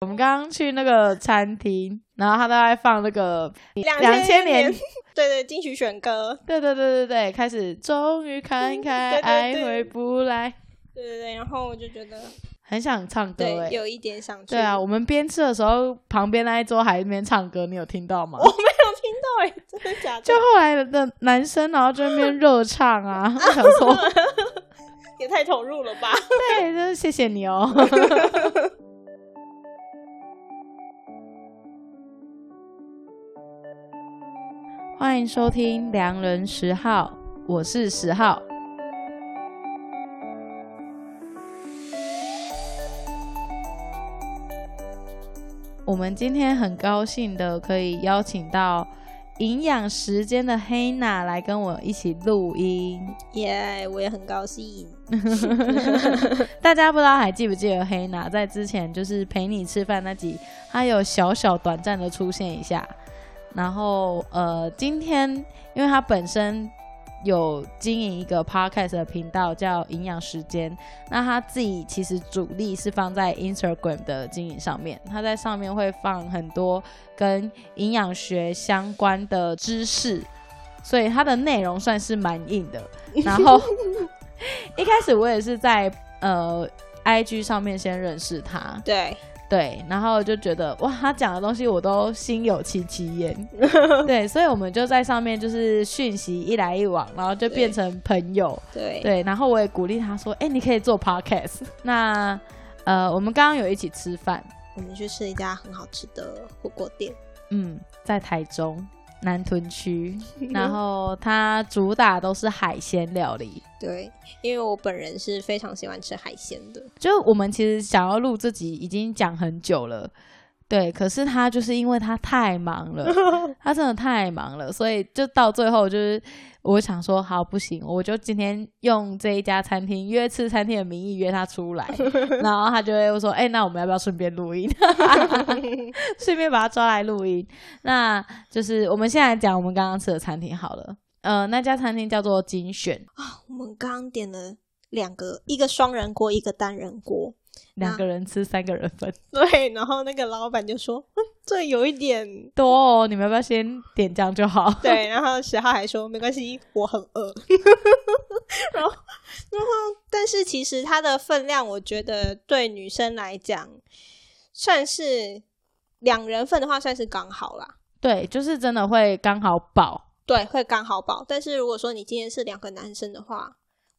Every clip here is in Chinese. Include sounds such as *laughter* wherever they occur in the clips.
我们刚刚去那个餐厅，然后他都在放那个两千年， *laughs* 对对，金曲选歌，对对对对对，开始终于看开， *laughs* 对对对爱回不来，对对对，然后我就觉得很想唱歌哎、对，有一点想去。对啊，我们边吃的时候，旁边那一桌还一边唱歌，你有听到 *laughs* 吗？我没有听到哎，真的假的？就后来的男生，然后就在那边热唱啊，我想说，也太投入了吧？对，就是谢谢你哦。 *laughs* 欢迎收听《良人十号》，我是十号。我们今天很高兴的可以邀请到营养时间的黑娜来跟我一起录音。耶，我也很高兴。大家不知道还记不记得黑娜在之前就是陪你吃饭那集，她有小小短暂的出现一下。然后呃，今天因为她本身有经营一个 podcast 的频道叫营养时间，那她自己其实主力是放在 Instagram 的经营上面，她在上面会放很多跟营养学相关的知识，所以她的内容算是蛮硬的。然后一开始我也是在呃 IG 上面先认识他，对，对，然后就觉得哇，他讲的东西我都心有戚戚焉，对，所以我们就在上面就是讯息一来一往，然后就变成朋友，对，对，然后我也鼓励他说，哎、你可以做 podcast，那呃，我们刚刚有一起吃饭，我们去吃一家很好吃的火锅店。嗯，在台中南屯区，然后它主打都是海鲜料理，对，因为我本人是非常喜欢吃海鲜的。就我们其实想要录这集已经讲很久了，对，可是他就是因为他太忙了，他真的太忙了，所以就到最后就是我想说，好不行，我就今天用这一家餐厅约吃餐厅的名义约他出来，然后他就会说，哎、那我们要不要顺便录音， *laughs* 顺便把他抓来录音？那就是我们现在讲我们刚刚吃的餐厅好了。呃，那家餐厅叫做精选，我们刚刚点了两个，一个双人锅，一个单人锅。两个人吃三个人份，对，然后那个老板就说：“嗯，这有一点。多哦，你们要不要先点酱就好？” *laughs* 对，然后十号还说：“没关系，我很饿。” *laughs* 然后，然后，但是其实它的分量，我觉得对女生来讲，算是两人份的话，算是刚好啦。 *laughs* 对，就是真的会刚好饱。对，会刚好饱。但是如果说你今天是两个男生的话，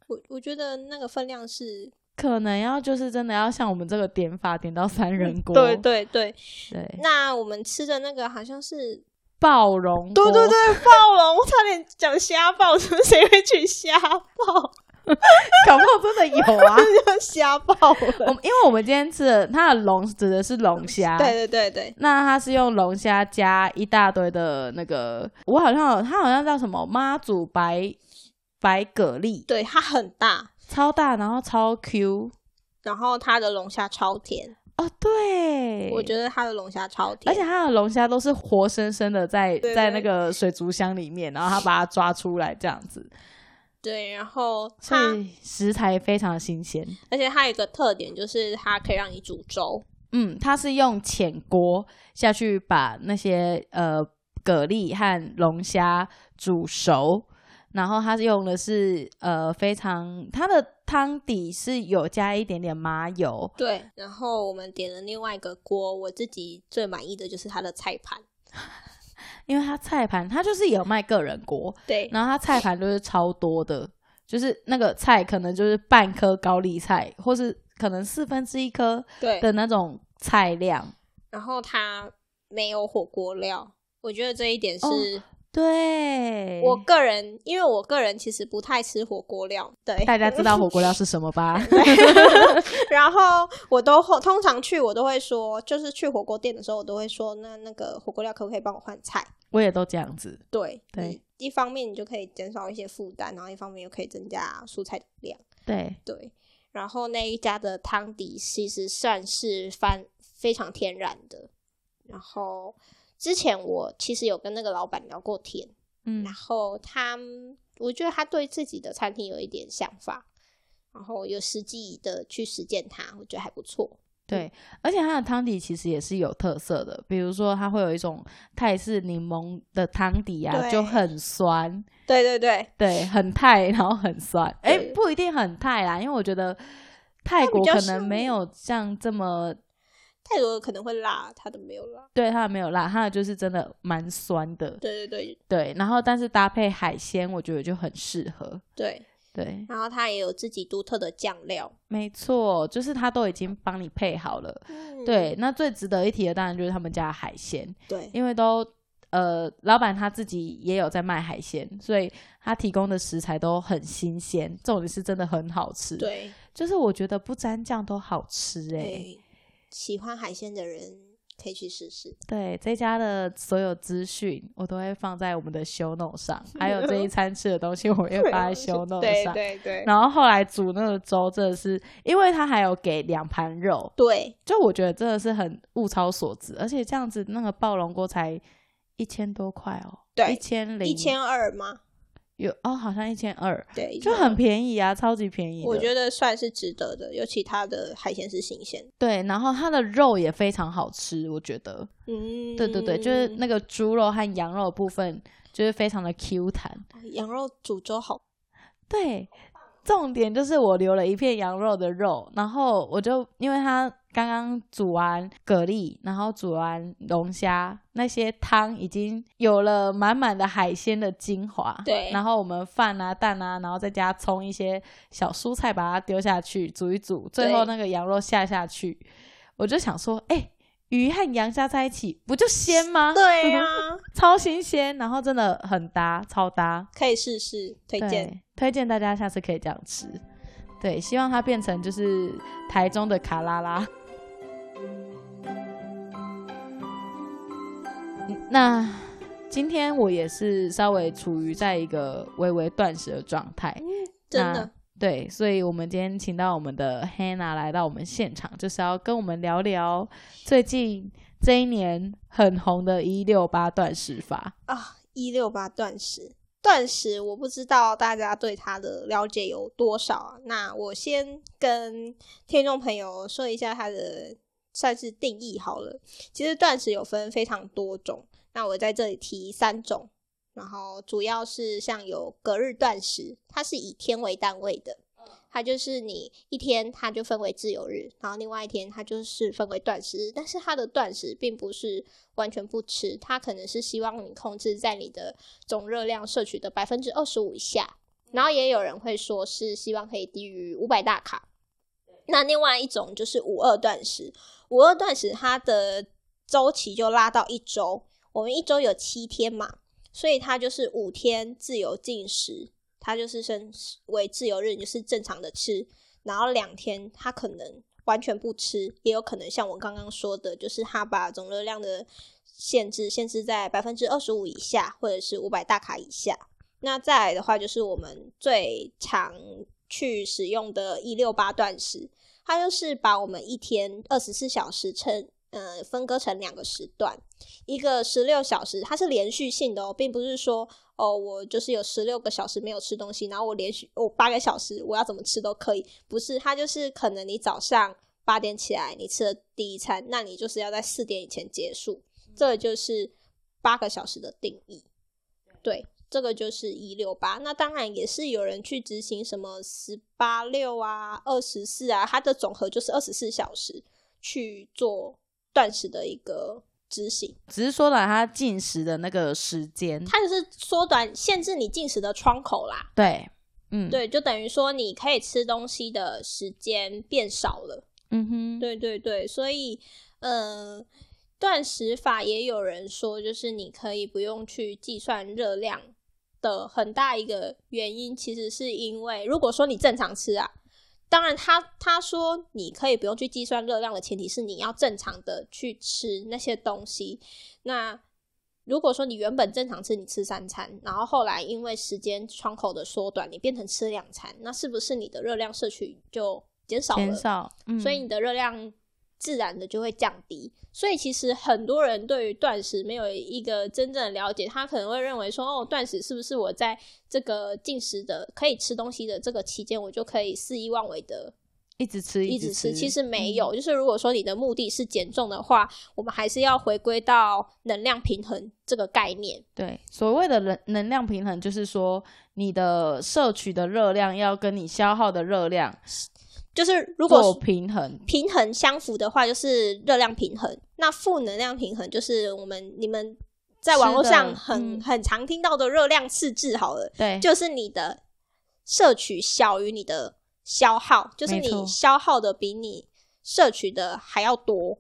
我我觉得那个分量是，可能要就是真的要像我们这个点法点到三人锅，对对对。对，那我们吃的那个好像是爆容对锅对，对，爆了！我差点讲虾爆，是不是谁会去虾 *laughs* 爆？搞不好真的有 *laughs* 啊。就虾爆我了。们因为我们今天吃的它的龙指的是龙虾，对对对对，那它是用龙虾加一大堆的那个，我好像有它好像叫什么妈祖白白蛤蜊，对它很大，超大然后超 Q 然后它的龙虾超甜，哦，对，我觉得它的龙虾超而甜，且它的龙虾都是活生生的在对在那个水族箱里面，然后他把它抓出来这样子，对，然后所它，以食材非常新鲜。而且它有一个特点就是它可以让你煮粥，嗯，它是用浅锅下去把那些呃蛤蜊和龙虾煮熟，然后它是用的是呃非常它的汤底是有加一点点麻油，对。然后我们点了另外一个锅，我自己最满意的就是它的菜盘，因为它菜盘它就是有卖个人锅，对然后它菜盘就是超多的，就是那个菜可能就是半颗高丽菜，或是可能四分之一颗对，的那种菜量。然后它没有火锅料，我觉得这一点是。哦对，我个人，因为我个人其实不太吃火锅料，对，大家知道火锅料是什么吧？ *laughs* 然后我都会通常去，我都会说，就是去火锅店的时候，我都会说，那那个火锅料可不可以帮我换菜？我也都这样子。对对，你一方面你就可以减少一些负担，然后一方面又可以增加蔬菜的量，对，对。然后那一家的汤底其实算是翻非常天然的，然后之前我其实有跟那个老板聊过天，嗯然，后他，我觉得他对自己的餐厅有一点想法，然后有实际的去实践它，我觉得还不错。对，而且它的汤底其实也是有特色的，比如说它会有一种泰式柠檬的汤底啊，对就很酸，对对对，对，很泰，然后很酸。哎对，不一定很泰啦，因为我觉得泰比国较可像能没有像这么泰国可能会辣，它的没有辣。对它的没有辣，它的就是真的蛮酸的。对对对对，然后但是搭配海鲜，我觉得就很适合。对，对，然后它也有自己独特的酱料。没错，就是它都已经帮你配好了。嗯对，那最值得一提的当然就是他们家的海鲜，对因为都呃，老板他自己也有在卖海鲜，所以他提供的食材都很新鲜，重点是真的很好吃。，对，就是我觉得不沾酱都好吃哎、对，喜欢海鲜的人可以去试试。对，这家的所有资讯我都会放在我们的 show note *laughs* 上，还有这一餐吃的东西我也放在 show note 上。对对然后后来煮那个粥，真的是因为他还有给两盘肉，对就我觉得真的是很物超所值，而且这样子那个暴龙锅才一千多块哦，对一千零一千二吗？有哦，好像一千二，对，就很便宜啊，超级便宜的。我觉得算是值得的，尤其它的海鲜是新鲜。对，然后它的肉也非常好吃，我觉得，嗯，对对对，就是那个猪肉和羊肉的部分就是非常的 Q 弹。嗯羊肉煮粥好，对，重点就是我留了一片羊肉的肉，然后我就因为它刚刚煮完蛤蜊，然后煮完龙虾，那些汤已经有了满满的海鲜的精华。对然后我们饭啊、蛋啊，然后再加葱一些小蔬菜，把它丢下去煮一煮，最后对那个羊肉下下去，我就想说，哎、鱼和羊加在一起不就鲜吗？对呀，超新鲜，然后真的很搭，超搭。 *laughs* 可以试试，推荐。对，推荐大家下次可以这样吃。对，希望它变成就是台中的卡拉拉。嗯那今天我也是稍微处于在一个微微断食的状态，真那的，对，所以我们今天请到我们的 Hannah 来到我们现场，就是要跟我们聊聊最近这一年很红的“一六八”断食法。啊，一六八断食，断食我不知道大家对它的了解有多少啊。那我先跟听众朋友说一下它的算是定义好了。其实断食有分非常多种，那我在这里提三种，然后主要是像有隔日断食，它是以天为单位的。它就是你一天，它就分为自由日，然后另外一天它就是分为断食日。但是它的断食并不是完全不吃，它可能是希望你控制在你的总热量摄取的百分之二十五以下。然后也有人会说是希望可以低于五百大卡。那另外一种就是五二断食，五二断食它的周期就拉到一周，我们一周有七天嘛，所以它就是五天自由进食，它就是称为自由日，你就是正常的吃，然后两天它可能完全不吃，也有可能像我刚刚说的，就是它把总热量的限制限制在百分之二十五以下，或者是五百大卡以下。那再来的话，就是我们最常去使用的“一六八”断食，它就是把我们一天二十四小时称呃分割成两个时段，一个十六小时，它是连续性的哦，并不是说哦我就是有十六个小时没有吃东西，然后我连续我八个小时我要怎么吃都可以，不是，它就是可能你早上八点起来，你吃了第一餐，那你就是要在四点以前结束，这个就是八个小时的定义。对，这个就是一六八。那当然也是有人去执行什么十八六啊、二十四啊，它的总和就是二十四小时去做断食的一个执行。只是说了它进食的那个时间，它就是缩短限制你进食的窗口啦。对，嗯，，对，就等于说你可以吃东西的时间变少了。嗯哼，对对对，所以呃，断食法也有人说，就是你可以不用去计算热量的很大一个原因，其实是因为如果说你正常吃啊，当然他他说你可以不用去计算热量的前提是你要正常的去吃那些东西。那如果说你原本正常吃，你吃三餐，然后后来因为时间窗口的缩短，你变成吃两餐，那是不是你的热量摄取就减少减了？少，嗯，所以你的热量自然的就会降低。所以其实很多人对于断食没有一个真正的了解，他可能会认为说，哦，断食是不是我在这个进食的可以吃东西的这个期间，我就可以肆意妄为的一直吃，一直直吃，嗯吃，其实没有。就是如果说你的目的是减重的话，我们还是要回归到能量平衡这个概念。对，所谓的能能量平衡，就是说你的摄取的热量要跟你消耗的热量就是如做果平衡。平衡相符的话，就是热量平衡；那负能量平衡就是我们你们在网络吃上的很、嗯很常听到的热量赤字。好了，对，就是你的摄取小于你的消耗，就是没错你消耗的比你摄取的还要多。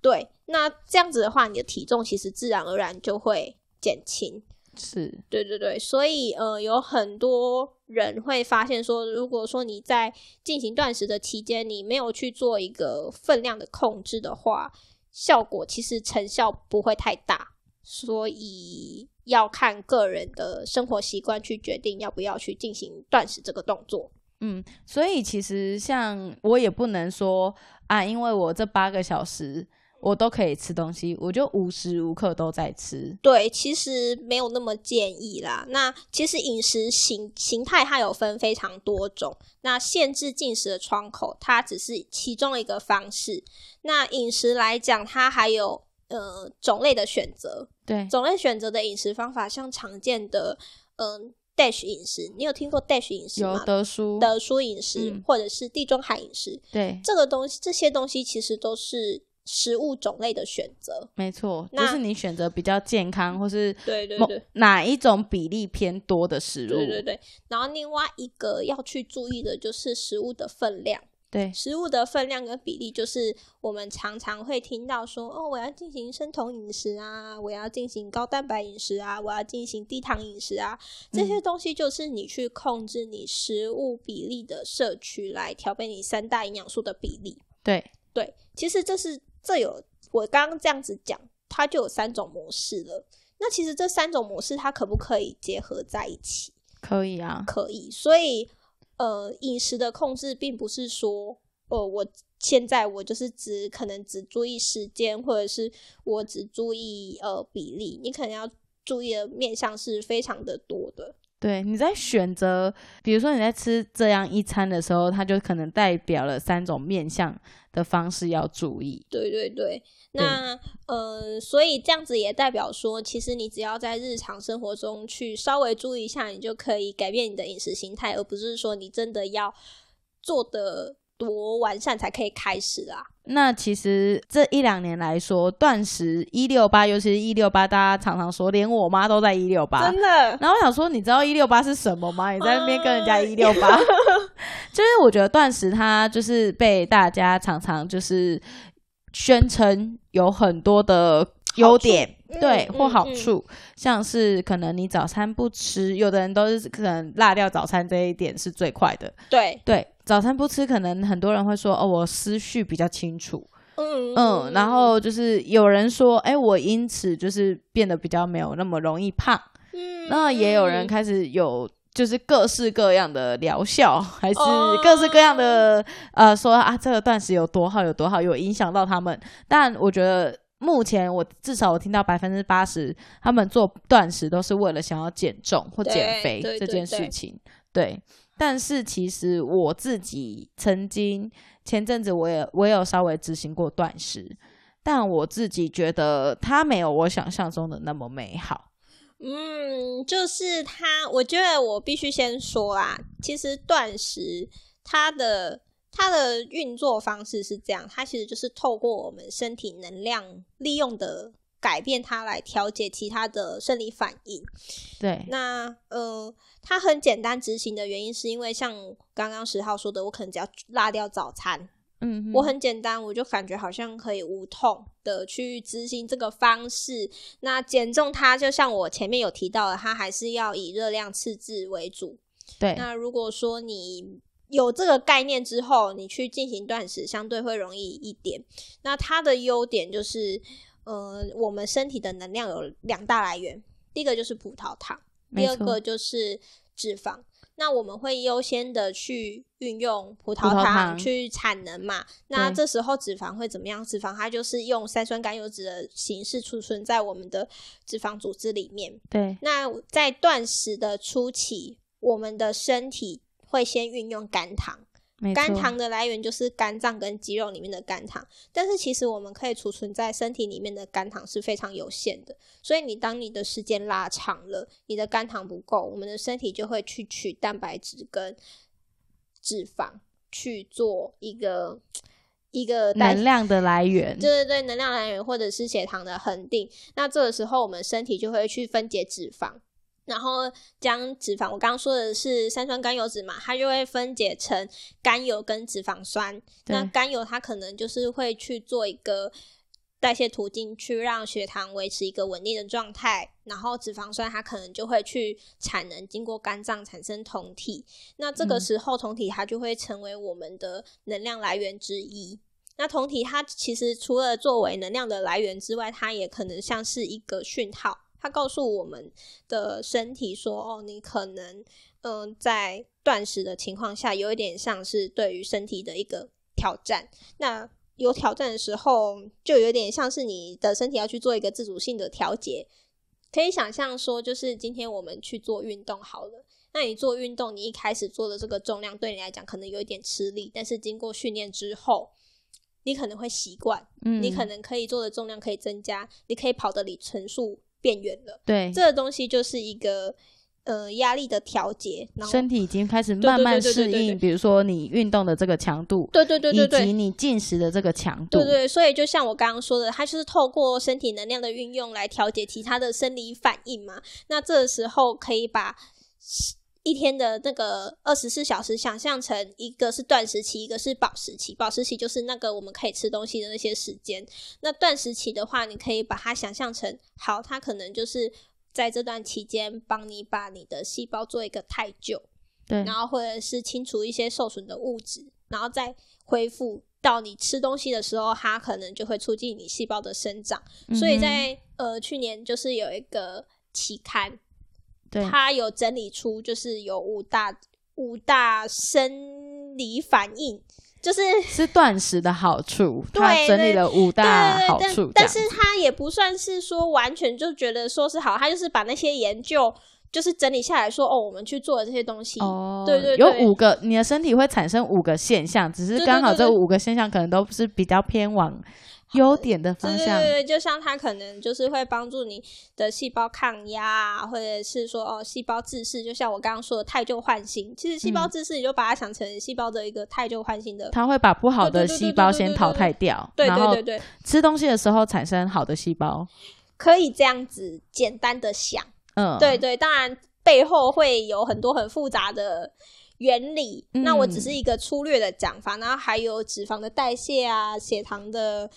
对，那这样子的话，你的体重其实自然而然就会减轻。是对对对，所以呃，有很多人会发现说，如果说你在进行断食的期间，你没有去做一个分量的控制的话，效果其实成效不会太大，所以要看个人的生活习惯去决定要不要去进行断食这个动作。嗯，所以其实像我也不能说啊，因为我这八个小时我都可以吃东西，我就无时无刻都在吃。对，其实没有那么建议啦。那其实饮食形形态它有分非常多种，那限制进食的窗口，它只是其中一个方式。那饮食来讲，它还有呃种类的选择，对，种类选择的饮食方法，像常见的嗯、DASH 饮食，你有听过 DASH 饮食有吗？德叔，德叔饮食、嗯或者是地中海饮食，对，这个东西这些东西其实都是食物种类的选择。没错，就那是你选择比较健康或是对对某对。哪一种比例偏多的食物。对对对，然后另外一个要去注意的就是食物的分量，对食物的分量跟比例，就是我们常常会听到说，哦，我要进行生酮饮食啊，我要进行高蛋白饮食啊，我要进行低糖饮食啊，这些东西就是你去控制你食物比例的摄取，来调配你三大营养素的比例。对对，其实这是这有我刚刚这样子讲，它就有三种模式了。那其实这三种模式，它可不可以结合在一起？可以啊，可以。所以，呃，饮食的控制并不是说，呃，我现在我就是只可能只注意时间，或者是我只注意呃比例，你可能要注意的面向是非常的多的。对，你在选择，比如说你在吃这样一餐的时候，它就可能代表了三种面向的方式要注意。对对对，那呃，所以这样子也代表说，其实你只要在日常生活中去稍微注意一下，你就可以改变你的饮食形态，而不是说你真的要做的多完善才可以开始啊。那其实这一两年来说，断食一六八，尤其是一六八，大家常常说，连我妈都在一六八。的，然后我想说，你知道一六八是什么吗？你在那边跟啊人家一六八， *laughs* 就是我觉得断食它就是被大家常常就是宣称有很多的优点，嗯对、嗯或好处，像是可能你早餐不吃，有的人都是可能落掉早餐这一点是最快的，对，对，早餐不吃，可能很多人会说哦，我思绪比较清楚，嗯嗯，然后就是有人说，哎，我因此就是变得比较没有那么容易胖。嗯那也有人嗯开始有就是各式各样的疗效，还是哦各式各样的、呃说啊这个断食有多好有多好，有影响到他们。但我觉得目前我至少我听到百分之八十他们做断食都是为了想要减重或减对肥对这对件事对情，对。但是其实我自己曾经前阵子我也我也有稍微执行过断食，但我自己觉得它没有我想象中的那么美好。嗯，就是他，我觉得我必须先说啦，其实断食它的它的运作方式是这样，它其实就是透过我们身体能量利用的改变它来调节其他的生理反应。对，那呃，它很简单执行的原因是因为像刚刚十号说的，我可能只要落掉早餐，嗯哼，我很简单，我就感觉好像可以无痛的去执行这个方式。那减重它就像我前面有提到的，它还是要以热量赤字为主。对，那如果说你有这个概念之后，你去进行断食，相对会容易一点。那它的优点就是，呃，我们身体的能量有两大来源，第一个就是葡萄糖，没第二错个就是脂肪。那我们会优先的去运用葡葡萄萄糖糖去产能嘛？那对这时候脂肪会怎么样？脂肪它就是用三酸甘油脂的形式储存在我们的脂肪组织里面。对，那在断食的初期，我们的身体会先运用肝糖，没肝错糖的来源就是肝脏跟肌肉里面的肝糖，但是其实我们可以储存在身体里面的肝糖是非常有限的，所以你当你的时间拉长了，你的肝糖不够，我们的身体就会去取蛋白质跟脂肪去做一个一个代谢能量的来源，对对对，能量来源或者是血糖的恒定。那这个时候，我们身体就会去分解脂肪，然后将脂肪，我刚刚说的是三酸甘油脂嘛，它就会分解成甘油跟脂肪酸。对那甘油它可能就是会去做一个代谢途径，去让血糖维持一个稳定的状态。然后脂肪酸它可能就会去产能，经过肝脏产生酮体。那这个嗯时候，酮体它就会成为我们的能量来源之一。那酮体它其实除了作为能量的来源之外，它也可能像是一个讯号，它告诉我们的身体说：“哦，你可能嗯、呃在断食的情况下，有一点像是对于身体的一个挑战。那有挑战的时候，就有点像是你的身体要去做一个自主性的调节。可以想象说，就是今天我们去做运动好了。”那你做运动，你一开始做的这个重量对你来讲可能有一点吃力，但是经过训练之后，你可能会习惯，嗯，你可能可以做的重量可以增加，你可以跑的里程数变远了。对这个东西就是一个呃压力的调节，然后身体已经开始对慢慢对对对适对应，对比如说你运动的这个强度，对对对以对及对。你进食的这个强度对，对，所以就像我刚刚说的，它就是透过身体能量的运用来调节其他的生理反应嘛。那这时候可以把一天的那个二十四小时想象成一个是断食期，一个是饱食期。饱食期就是那个我们可以吃东西的那些时间。那断食期的话，你可以把它想象成，好，它可能就是在这段期间帮你把你的细胞做一个太旧，对然后或者是清除一些受损的物质，然后再恢复到你吃东西的时候，它可能就会促进你细胞的生长。嗯所以在呃去年就是有一个期刊，对它有整理出就是有五大五大生理反应，就是。是断食的好处，对它整理了五大对好对对处，，但但这是样它也不算是说完全就觉得说是好，它就是把那些研究就是整理下来说，哦，我们去做的这些东西，哦，对对对有五个，你的身体会产生五个现象，只是对对刚好对对这五个现象可能都是比较偏往优点的对方对向，对对，就像它可能就是会帮助你的细胞抗压啊，或者是说哦细胞自噬，就像我刚刚说的太旧换新。其实细胞嗯自噬，你就把它想成细胞的一个太旧换新的。它会把不好对的对对对细对胞对先对淘对汰掉，对然对后对对，吃东西的时候产生好的细胞，可以这样子简单的想。嗯，对对，当然背后会有很多很复杂的原理。那我嗯只是一个粗略的讲法，然后还有脂肪的代谢啊、血糖的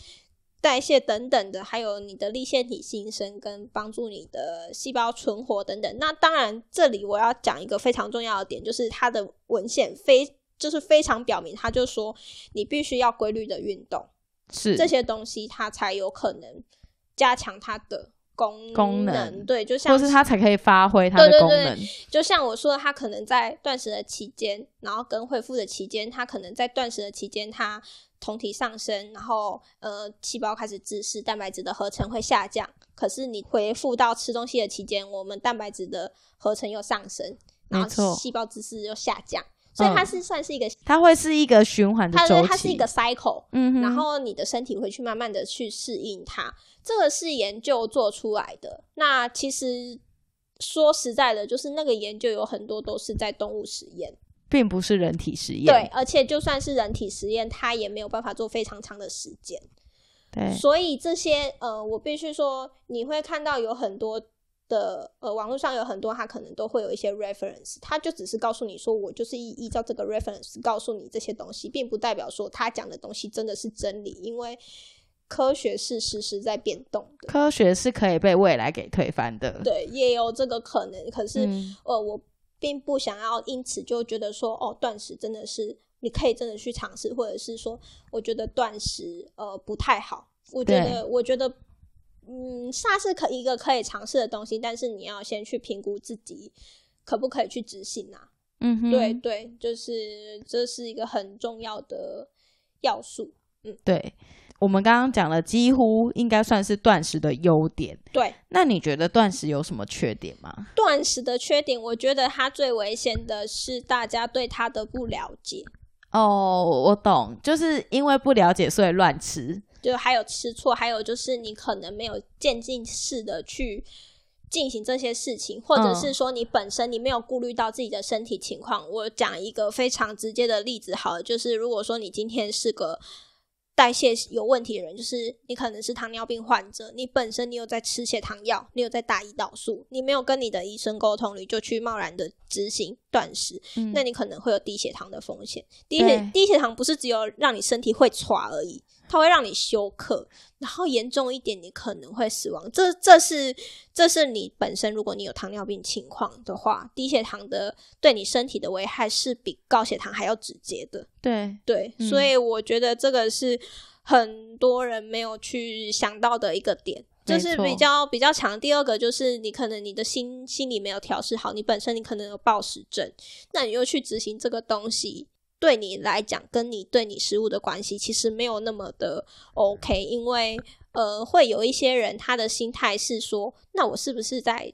代谢等等的，还有你的立腺体新生跟帮助你的细胞存活等等。那当然，这里我要讲一个非常重要的点，就是它的文献非就是非常表明，它就说你必须要规律的运动。是这些东西，它才有可能加强它的功功能能。对，就或像是它才可以发挥它的对对功对能，就像我说的，它可能在断食的期间，然后跟恢复的期间，它可能在断食的期间，它酮体上升，然后呃细胞开始自噬，蛋白质的合成会下降。可是你恢复到吃东西的期间，我们蛋白质的合成又上升，然没错后细胞自噬又下降，所以它是算是一个，它会是一个循环的它周期，它是一个 cycle。嗯哼，然后你的身体会去慢慢的去适应它，这个是研究做出来的。那其实说实在的，就是那个研究有很多都是在动物实验，并不是人体实验，对，而且就算是人体实验，它也没有办法做非常长的时间。对所以这些呃，我必须说，你会看到有很多的呃，网络上有很多，它可能都会有一些 reference，它就只是告诉你说，我就是依依照这个 reference 告诉你这些东西，并不代表说他讲的东西真的是真理，因为科学是实时在变动的，科学是可以被未来给推翻的，对，也有这个可能。可是、嗯呃，我并不想要因此就觉得说，哦，断食真的是你可以真的去尝试，或者是说，我觉得断食呃不太好。我觉对得，我觉得，嗯，煞是可一个可以尝试的东西，但是你要先去评估自己可不可以去执行啊。嗯哼，对对，就是这是一个很重要的要素。对，我们刚刚讲了，几乎应该算是断食的优点。对，那你觉得断食有什么缺点吗？断食的缺点，我觉得它最危险的是大家对它的不了解。哦，我懂，就是因为不了解所以乱吃。就还有吃错，还有就是你可能没有渐进式的去进行这些事情，或者是说你本身你没有顾虑到自己的身体情况。我讲一个非常直接的例子，好了，就是如果说你今天是个代谢有问题的人，就是你可能是糖尿病患者，你本身你有在吃血糖药，你有在打胰岛素，你没有跟你的医生沟通，你就去贸然的执行断食，嗯那你可能会有低血糖的风险。低血对低血糖不是只有让你身体会垮而已，它会让你休克，然后严重一点，你可能会死亡。这这是这是你本身，如果你有糖尿病情况的话，低血糖的对你身体的危害是比高血糖还要直接的。对，对，嗯所以我觉得这个是很多人没有去想到的一个点。就没是错比较比较强。第二个就是你可能你的心心理没有调试好，你本身你可能有暴食症，那你又去执行这个东西，对你来讲跟你对你食物的关系其实没有那么的 OK，因为呃会有一些人他的心态是说，那我是不是在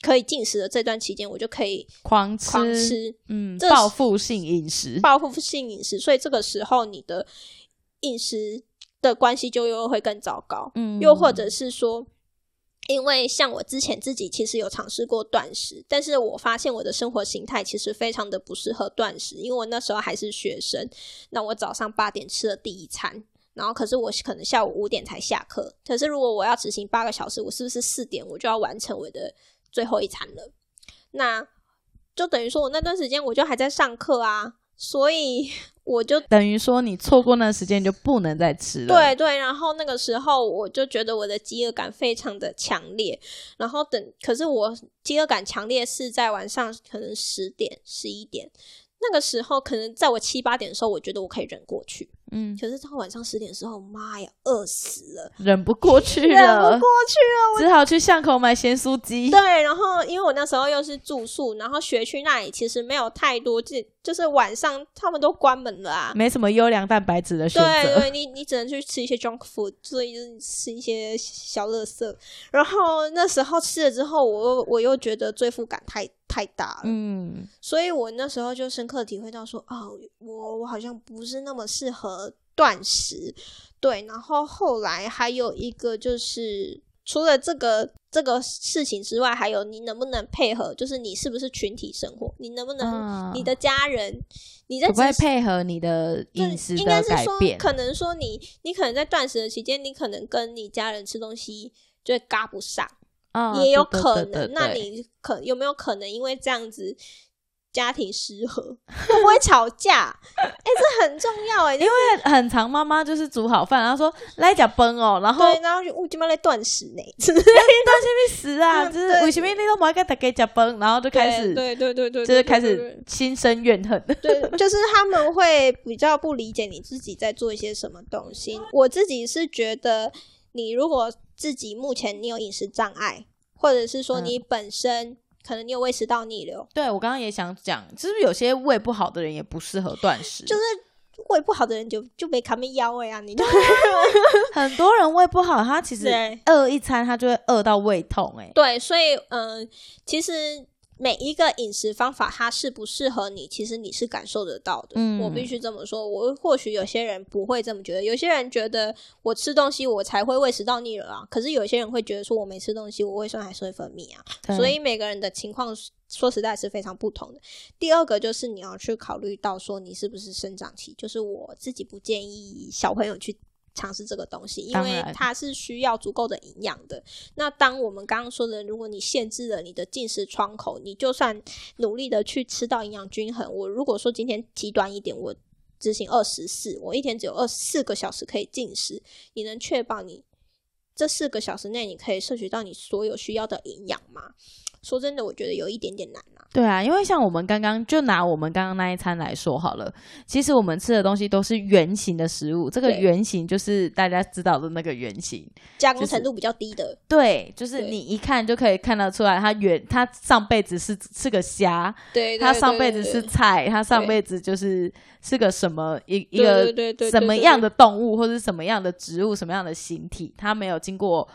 可以进食的这段期间，我就可以狂吃，狂吃嗯，这是报复性饮食，报复性饮食，所以这个时候你的饮食的关系就又会更糟糕。嗯，又或者是说，因为像我之前自己其实有尝试过断食，但是我发现我的生活形态其实非常的不适合断食，因为我那时候还是学生，那我早上八点吃了第一餐。然后，可是我可能下午五点才下课。可是如果我要执行八个小时，我是不是四点我就要完成我的最后一餐了？那就等于说我那段时间我就还在上课啊，所以 *laughs* 我就等于说你错过那时间你就不能再吃了。对对，然后那个时候我就觉得我的饥饿感非常的强烈，然后等，可是我饥饿感强烈是在晚上可能十点、十一点。那个时候，可能在我七八点的时候，我觉得我可以忍过去。嗯，可是到晚上十点的时候，妈呀，饿死了，忍不过去忍不了过，去了。只好去巷口买咸酥鸡。对，然后因为我那时候又是住宿，然后学区那里其实没有太多，就就是晚上他们都关门了啊。没什么优良蛋白质的选对择，对，你你只能去吃一些 junk food，所以就是吃一些小垃圾。然后那时候吃了之后，我又我又觉得罪负感太太大了，嗯，所以我那时候就深刻体会到说，哦，我我好像不是那么适合断食。对，然后后来还有一个就是。除了这个这个事情之外，还有你能不能配合？就是你是不是群体生活？你能不能、啊你的家人，你在可不可以执配合你的对饮食应该的是改说，变？可能说你你可能在断食的期间，你可能跟你家人吃东西就会嘎不上，啊也有对对可能。对对那对你可有没有可能因为这样子家庭 *laughs* 失和，会不会吵架？哎、这很重要哎、因为很常妈妈就是煮好饭，然后说来假崩哦，然后对，然后就我今天在断食呢，死啊，嗯就是对为什么你都不爱给大家假崩，然后就 *laughs* 开始对对对对，就是开对对对始心生怨恨。 *laughs* 对，就是他们会比较不理解你自己在做一些什么东西。我自己是觉得，你如果自己目前你有饮食障碍，或者是说你本身、可能你有胃食道逆流，对我刚刚也想讲，是不是有些胃不好的人也不适合断食？就是胃不好的人就就没扛没腰哎啊，你就 *laughs* 很多人胃不好，他其实对饿一餐他就会饿到胃痛、欸，对，所以嗯、呃其实。每一个饮食方法，它适不适合你，其实你是感受得到的。嗯我必须这么说。我或许有些人不会这么觉得，有些人觉得我吃东西我才会胃食道逆流啊。可是有些人会觉得说，我没吃东西，我胃酸还是会分泌啊。对 *laughs* 所以每个人的情况是说实在是非常不同的。第二个就是你要去考虑到说你是不是生长期，就是我自己不建议小朋友去。尝试这个东西，因当为然它是需要足够的营养的。那当我们刚刚说的，如果你限制了你的进食窗口，你就算努力的去吃到营养均衡，我如果说今天极端一点，我执行二十四，我一天只有二十四个小时可以进食，你能确保你这四个小时内你可以摄取到你所有需要的营养吗？说真的，我觉得有一点点难啊。对啊，因为像我们刚刚就拿我们刚刚那一餐来说好了，其实我们吃的东西都是圆形的食物，这个对圆形就是大家知道的那个圆形，加工程度比较低的，对，就是对你一看就可以看得出来，它圆，它上辈子是是个虾，对它上辈子是菜，它上对辈子就是是个什么一一一个个什么样的动物或者什么样的植物、什么样的形体，它没有经过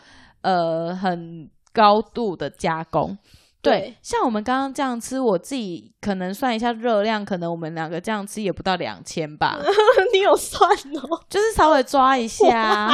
呃很高度的加工。对，像我们刚刚这样吃，我自己可能算一下热量，可能我们两个这样吃也不到两千 *laughs* 吧， *laughs* 你有算哦？就是稍微抓一下，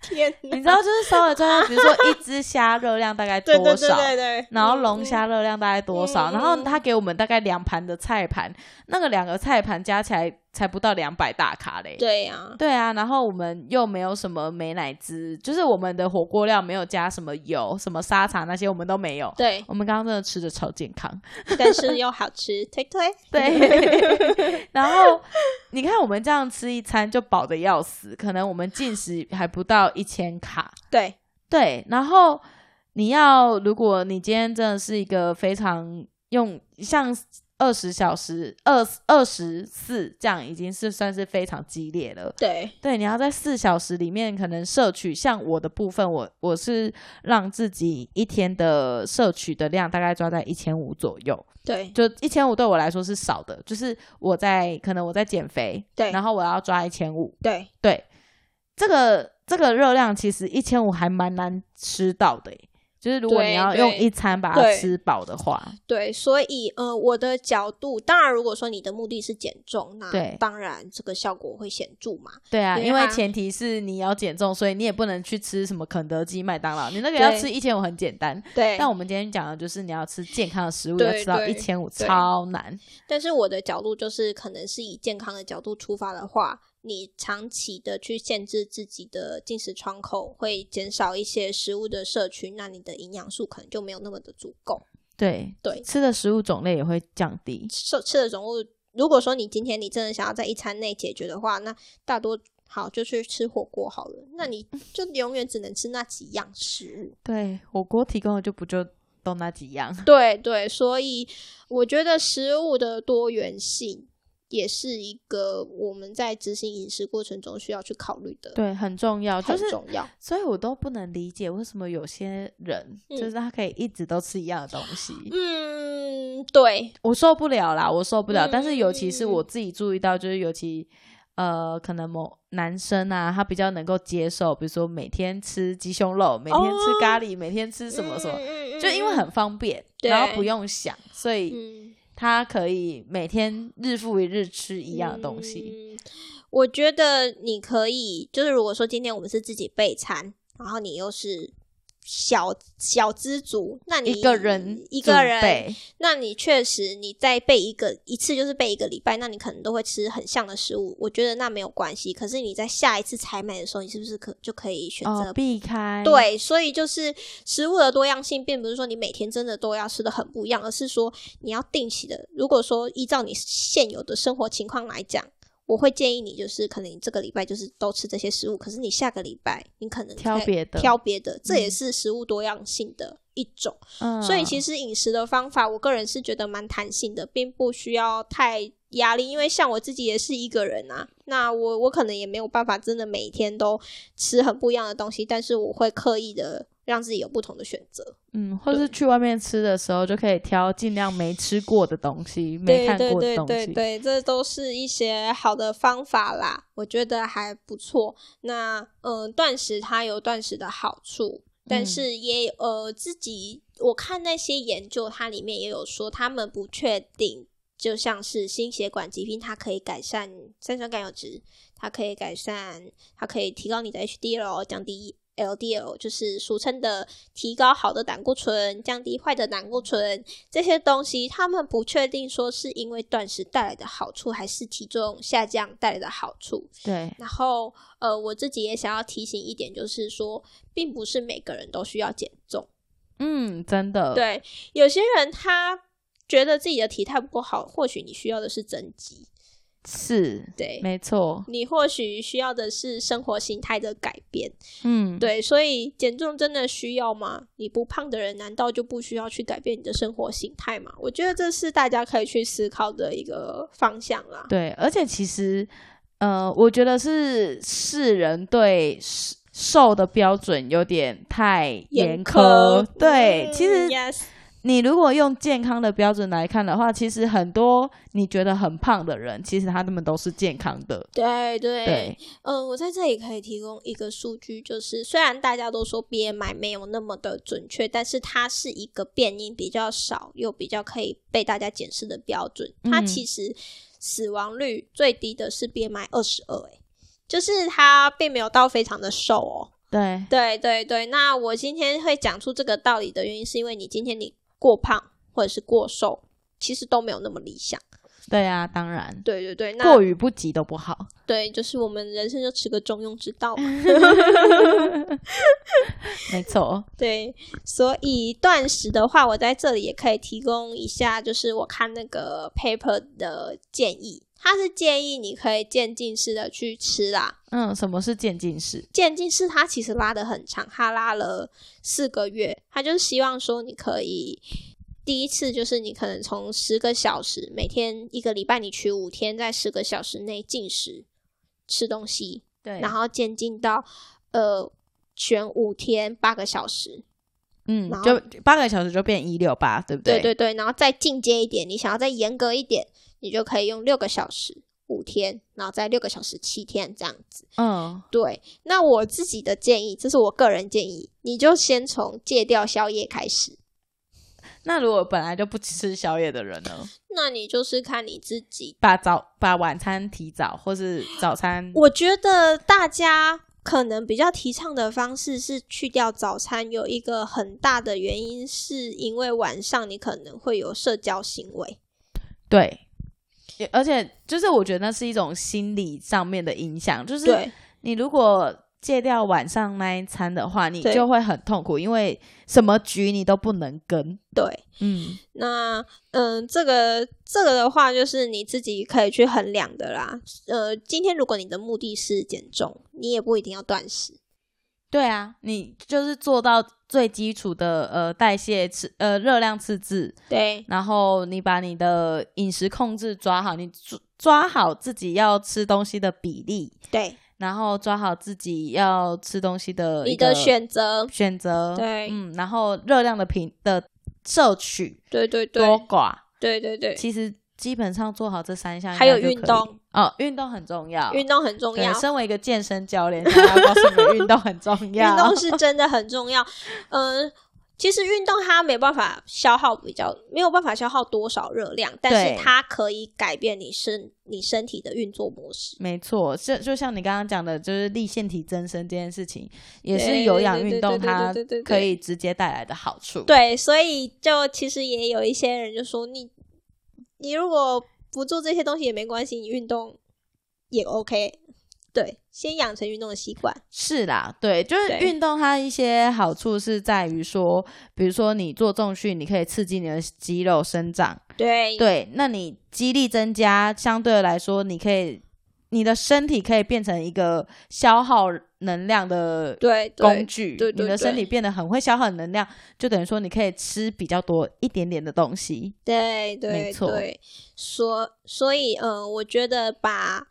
天哪，你知道，就是稍微抓一下，比如说一只虾热量大概多对少，对对对对，然后龙虾热量大概多少，嗯然后他给我们大概两盘的菜盘，那个两个菜盘加起来才不到两百大卡嘞。嗯对呀，对啊，然后我们又没有什么美乃滋，就是我们的火锅料没有加什么油、什么沙茶那些，我们都没有。对，我们刚刚真的吃的超健康，但是又好 *laughs* 吃，推推，对。然后你看我们这样吃一餐就饱的要死，可能我们进食还不到一千卡， *laughs* 对，对，然后你要，如果你今天真的是一个非常用像二十小时、二二十四这样，已经是算是非常激烈了。对，对，你要在四小时里面可能摄取，像我的部分，我我是让自己一天的摄取的量大概抓在一千五左右，对，就一千五对我来说是少的，就是我在可能我在减肥，对然后我要抓一千五，对，对，这个这个热量其实一千五还蛮难吃到的欸，就是如果对你要对用一餐把它对吃饱的话，对，所以呃，我的角度，当然，如果说你的目的是减重，对那当然这个效果会显著嘛。对啊，对因为啊前提是你要减重，所以你也不能去吃什么肯德基、麦当劳，你那个要对吃一千五很简单。对但我们今天讲的就是你要吃健康的食物，对要吃到一对千五对超难。但是我的角度就是，可能是以健康的角度出发的话，你长期的去限制自己的进食窗口，会减少一些食物的摄取，那你的营养素可能就没有那么的足够。对对吃的食物种类也会降低。摄吃的种物，如果说你今天你真的想要在一餐内解决的话，那大多好就去吃火锅好了。那 *laughs* 你就永远只能吃那几样食物。对，火锅提供的就不就都那几样。对对，所以我觉得食物的多元性也是一个我们在执行饮食过程中需要去考虑的，，对，很重要，就很是重要。所以我都不能理解为什么有些人、嗯就是他可以一直都吃一样的东西，嗯，对我受不了啦，我受不了。嗯但是尤其是嗯嗯我自己注意到，就是尤其呃，可能某男生啊，他比较能够接受，比如说每天吃鸡胸肉，每天哦吃咖喱，每天吃什么什么，嗯就因为很方便，对然后不用想，所以嗯他可以每天日复一日吃一样的东西。嗯我觉得你可以，就是如果说今天我们是自己备餐，然后你又是小小知足，那你一个人嗯一准个人备那你确实你再备一个一次就是备一个礼拜，那你可能都会吃很像的食物，我觉得那没有关系。可是你在下一次采买的时候，你是不是可就可以选择？哦，避开对，所以就是食物的多样性，并不是说你每天真的都要吃的很不一样，而是说你要定期的。如果说依照你现有的生活情况来讲，我会建议你就是可能你这个礼拜就是都吃这些食物，可是你下个礼拜你可能挑可以别的挑别的，这也嗯是食物多样性的一种。嗯所以其实饮食的方法，我个人是觉得蛮弹性的，并不需要太压力。因为像我自己也是一个人啊，那我我可能也没有办法真的每一天都吃很不一样的东西，但是我会刻意的让自己有不同的选择。嗯，或是去外面吃的时候，就可以挑尽量没吃过的东西，没看过的对对东对西。对对，这都是一些好的方法啦，我觉得还不错。那嗯、呃断食它有断食的好处，但嗯是也有呃自己我看那些研究，它里面也有说他们不确定。就像是心血管疾病，它可以改善三酸甘油脂，它可以改善，它可以提高你的 HDL，降低 LDL，就是俗称的提高好的胆固醇，降低坏的胆固醇这些东西。他们不确定说是因为断食带来的好处，还是体重下降带来的好处。对然后，呃，我自己也想要提醒一点，就是说，并不是每个人都需要减重。嗯，真的，对，有些人他觉得自己的体态不够好，或许你需要的是增肌。是，对，没错，你或许需要的是生活形态的改变，嗯，，对，所以减重真的需要吗？你不胖的人难道就不需要去改变你的生活形态吗？我觉得这是大家可以去思考的一个方向啦。对，而且其实，呃，我觉得是世人对瘦瘦的标准有点太严苛，对，嗯其实 yes，你如果用健康的标准来看的话，其实很多你觉得很胖的人，其实他们都是健康的。对对对，呃，我在这里可以提供一个数据，就是虽然大家都说 BMI 没有那么的准确，但是它是一个变因比较少又比较可以被大家检视的标准。它嗯其实死亡率最低的是 BMI 二十二，哎，就是它并没有到非常的瘦哦。对，对对对，那我今天会讲出这个道理的原因，是因为你今天你过胖或者是过瘦，其实都没有那么理想。对啊，当然，对对对，那过于不及都不好。对，就是我们人生就吃个中庸之道嘛。没错，对，所以断食的话，我在这里也可以提供一下，就是我看那个 paper 的建议，它是建议你可以渐进式的去吃啦。嗯，什么是渐进式？渐进式它其实拉的很长，它拉了四个月，它就是希望说你可以第一次就是你可能从十个小时，每天一个礼拜你取五天，在十个小时内进食吃东西，对然后渐进到呃选五天八个小时，嗯然，后就八个小时就变一六八，对不对对对对，然后再进阶一点，你想要再严格一点，你就可以用六个小时、五天，然后再六个小时、七天这样子。嗯，对，那我自己的建议，这是我个人建议，你就先从戒掉宵夜开始。那如果本来就不吃宵夜的人呢？那你就是看你自己。把早把晚餐提早，或是早餐我觉得大家可能比较提倡的方式是去掉早餐，有一个很大的原因是因为晚上你可能会有社交行为。对。也而且，就是我觉得那是一种心理上面的影响，就是对你如果戒掉晚上那一餐的话，你对就会很痛苦，因为什么局你都不能跟。对，嗯，那嗯，这个这个的话，就是你自己可以去衡量的啦。呃，今天如果你的目的是减重，你也不一定要断食。对啊，你就是做到最基础的呃代谢吃呃热量赤字，对然后你把你的饮食控制抓好，你抓抓好自己要吃东西的比例，对，然后抓好自己要吃东西的你一个的选择，选择，对嗯，然后热量的平的摄取对对多对寡，对对对，其实基本上做好这三项，还有运动，哦，运动很重要。运动很重对要，身为一个健身教练，想要告诉你们运动很重 *laughs* 运要。动是真的很重要。嗯、其实运动它没办法消耗比较，没有办法消耗多少热量，但对是它可以改变你身你身体的运作模式。没错，就就像你刚刚讲的，就是立腺体增生这件事情，也对是对有氧对对运动对它对对对对可以直接带来的好处。，对，所以就其实也有一些人就说你，你如果不做这些东西也没关系，你运动也 OK。对，先养成运动的习惯。是啦，对，就是对运动它一些好处是在于说，比如说你做重训，你可以刺激你的肌肉生长，对对，那你肌力增加，相对来说，你可以，你的身体可以变成一个消耗能量的对工对具，对对你的身对体变得很会消耗能量，就等于说你可以吃比较多一点点的东西。对没对错对，所所以嗯，我觉得把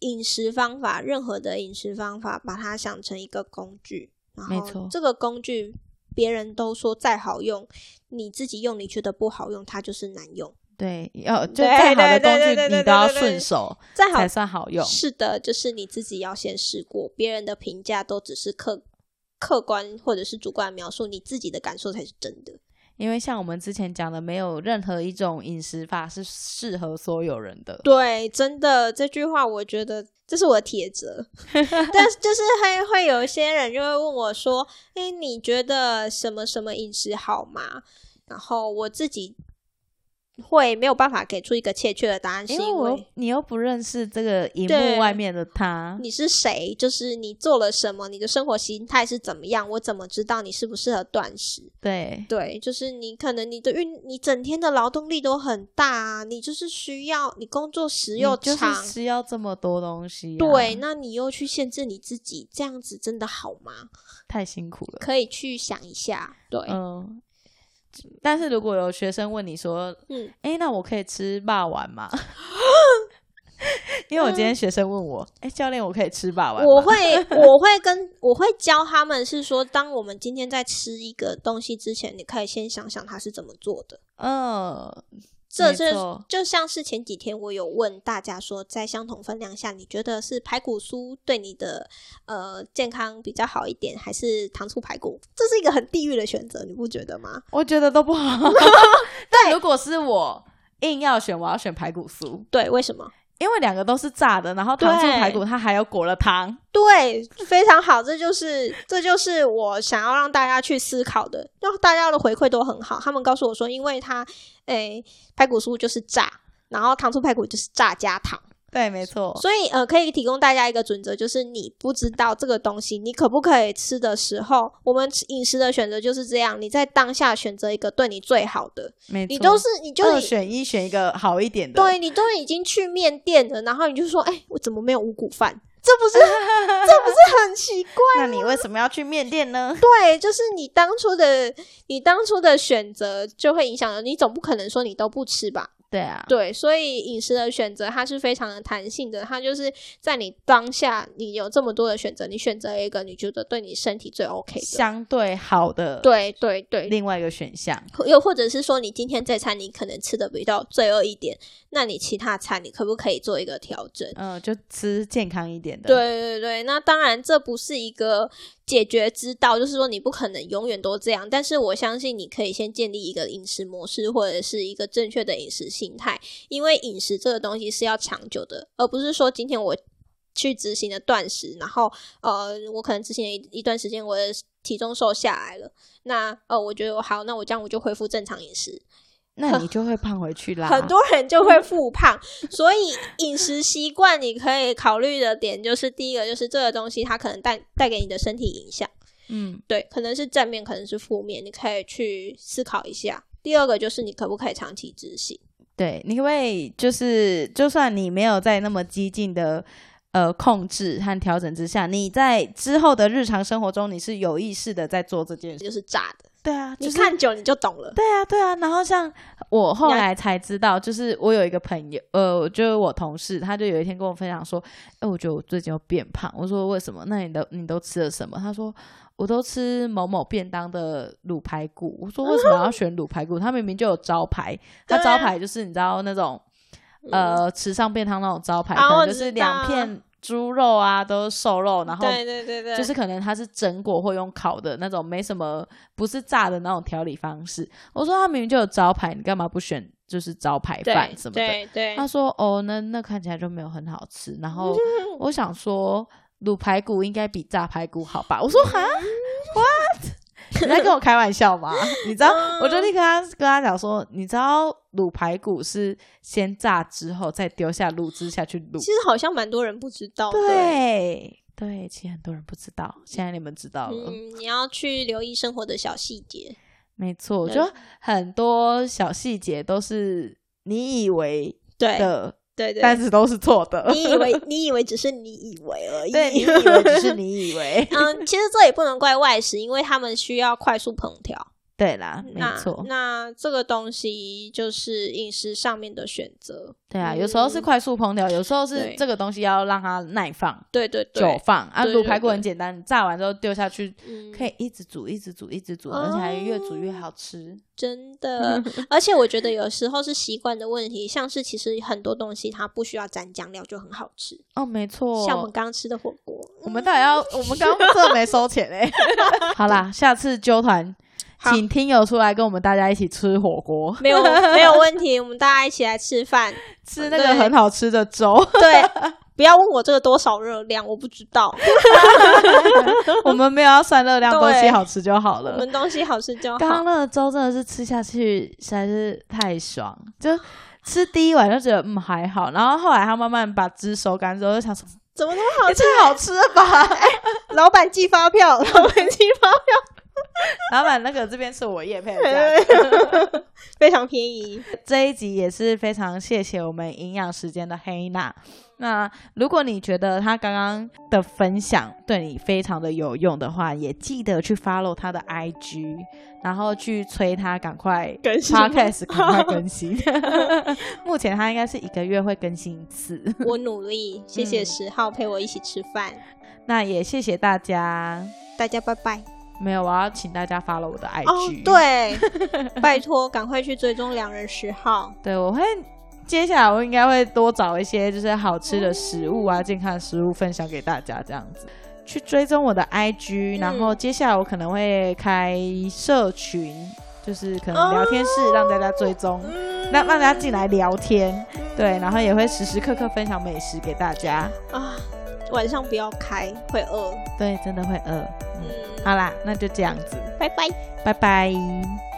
饮食方法，任何的饮食方法，把它想成一个工具，然没后错这个工具别人都说再好用，你自己用你觉得不好用，它就是难用。对，要就对再好的对工对具，对对你对都要对对顺手再好才算好用。是的，就是你自己要先试过，别人的评价都只是客客观或者是主观的描述，你自己的感受才是真的。因为像我们之前讲的，没有任何一种饮食法是适合所有人的。对，真的这句话，我觉得这是我的铁 *laughs* 则。但是就是还会有一些人就会问我说：“哎，你觉得什么什么饮食好吗？”然后我自己会没有办法给出一个确切的答案，是因因为我又为。你又不认识这个荧幕对外面的他，你是谁？就是你做了什么？你的生活形态是怎么样？我怎么知道你适不适合断食？对，对，就是你可能你的运，你整天的劳动力都很大啊，你就是需要你工作时你又就长，是吃要这么多东西、啊对，，那你又去限制你自己，这样子真的好吗？太辛苦了。可以去想一下，对，嗯，但是如果有学生问你说，嗯，哎、那我可以吃霸丸吗？ *laughs* 因为我今天学生问我，哎、教练，我可以吃把玩吗？*laughs* 嗯我会我会跟我会教他们是说，当我们今天在吃一个东西之前，你可以先想想它是怎么做的。嗯，这没是错就像是前几天我有问大家说，在相同分量下，你觉得是排骨酥对你的呃健康比较好一点，还是糖醋排骨？这是一个很地狱的选择，你不觉得吗？我觉得都不 *laughs* 好。但如果是我硬要选，我要选排骨酥，对，为什么？因为两个都是炸的，然后糖醋对排骨它还有裹了糖。对，非常好，这就是这就是我想要让大家去思考的。然后大家的回馈都很好，他们告诉我说，因为它诶排骨酥就是炸，然后糖醋排骨就是炸加糖。对，没错。所以呃，可以提供大家一个准则，就是你不知道这个东西你可不可以吃的时候，我们吃饮食的选择就是这样，你在当下选择一个对你最好的，没错，你都是你就二已选一，选一个好一点的。对啊你都已经去面店了，然后你就说，哎、我怎么没有五谷饭？这不是 *laughs* 这不是很奇怪？那你为什么要去面店呢？对，就是你当初的你当初的选择就会影响了，你总不可能说你都不吃吧？对啊，对，所以饮食的选择它是非常的弹性的，它就是在你当下，你有这么多的选择，你选择一个你觉得对你身体最 OK 的。 *laughs* 相对好的，，对对对，另外一个选项。又或者是说，你今天这餐你可能吃的比较罪恶一点，那你其他餐你可不可以做一个调整？嗯、就吃健康一点的。，对对对，那当然这不是一个解决之道，就是说你不可能永远都这样。但是我相信你可以先建立一个饮食模式，或者是一个正确的饮食心态，因为饮食这个东西是要长久的，而不是说今天我去执行了断食，然后呃，我可能执行了一一段时间，我的体重瘦下来了，那呃，我觉得我好，那我这样我就恢复正常饮食，那你就会胖回去啦。很多人就会复胖，所以饮食习惯你可以考虑的点就是，第一个就是这个东西它可能带带给你的身体影响，嗯，对，可能是正面，可能是负面，你可以去思考一下。第二个就是你可不可以长期执行？对，你会就是，就算你没有在那么激进的呃控制和调整之下，你在之后的日常生活中，你是有意识的在做这件事。就是炸的，对啊，就是你看久你就懂了。对啊，对啊。然后像我后你要来才知道，就是我有一个朋友，呃，就是我同事，他就有一天跟我分享说，哎，我觉得我最近又变胖。我说为什么？那你都你都吃了什么？他说我都吃某某便当的卤排骨。我说为什么要选卤排骨？他明明就有招牌，他哦对招啊牌就是你知道那种。嗯，呃，池上便当那种招牌，啊可能我就知是两道片猪肉啊，都是瘦肉，然后对对对对，就是可能它是蒸过或用烤的那种，没什么不是炸的那种调理方式。我说他明明就有招牌，你干嘛不选就是招牌对饭什么的？对对他说哦，那那看起来就没有很好吃。然 *laughs* 后我想说，卤排骨应该比炸排骨好吧？我说 *laughs* 哈，what？你在跟我开玩笑吗？你知道，嗯我就立刻跟他跟他讲说，你知道卤排骨是先炸之后再丢下卤汁下去卤其，实好像蛮多人不知道的。对哦对，其实很多人不知道，现在你们知道了，嗯，你要去留意生活的小细节。没错，我对觉得很多小细节都是你以为对的，哎对对，但 *laughs* 是都是错的。你以为你以为只是你以为而 *laughs* 已，，对，你以为只是你以为嗯，其实这也不能怪外食，因为他们需要快速烹调。 *laughs* 对 *laughs* 啦，没那错，那这个东西就是饮食上面的选择。对啊，有时候是嗯快速烹调，有时候是对这个东西要让它耐放、对对久对，放啊。对卤对排骨对很简单，你炸完之后丢下去，嗯，哦可以一直煮、一直煮、一直煮，而且还越煮越好吃。真 *laughs* 的。而且我觉得有时候是习惯的问题，像是其实很多东西它不需要沾酱料就很好吃，哦，没错，像我们刚刚吃的火锅。我们到底要，我们刚刚真的没收钱哎、 *laughs* 好啦，下次揪团，好请听友出来跟我们大家一起吃火 *laughs* 锅，没有没有问题，我们大家一起来吃饭。吃那个很好吃的 *laughs* 粥。对，不要问我这个多少热量，我不知 *laughs* 道。我们没有要算热量，对东西好吃就好我了。们东西好吃就好。刚刚那个粥真的是吃下去实在是太爽，就吃第一碗就觉得嗯还好，然后后来他慢慢把汁收干之后，就想 *laughs* 说怎哎么那么好也吃？太好吃了吧。 *laughs* 老板寄发票，老板寄发票。老板，那个这边是我叶配的价格。对 *laughs* 非常便宜。这一集也是非常谢谢我们营养时间的黑娜。那如果你觉得她刚刚的分享对你非常的有用的话，也记得去 follow 她的 IG，然后去催她赶快更新 podcast 赶快更 *laughs* 新。 *laughs* 目前她应该是一个月会更新一次。我努力，谢谢十号陪我一起吃饭，那也谢谢大家。大家拜拜。没有，我要请大家 follow 我的 IG。哦，对， *laughs* 拜托赶快去追踪两人十号。对，我会接下来我应该会多找一些就是好吃的食物啊、健康的食物分享给大家，这样子去追踪我的 IG，、然后接下来我可能会开社群，就是可能聊天室让大家追踪，让让大家进来聊天，对，然后也会时时刻刻分享美食给大家，啊，晚上不要开，会饿。对，真的会饿。嗯，嗯，好啦，那就这样子，拜拜。拜拜。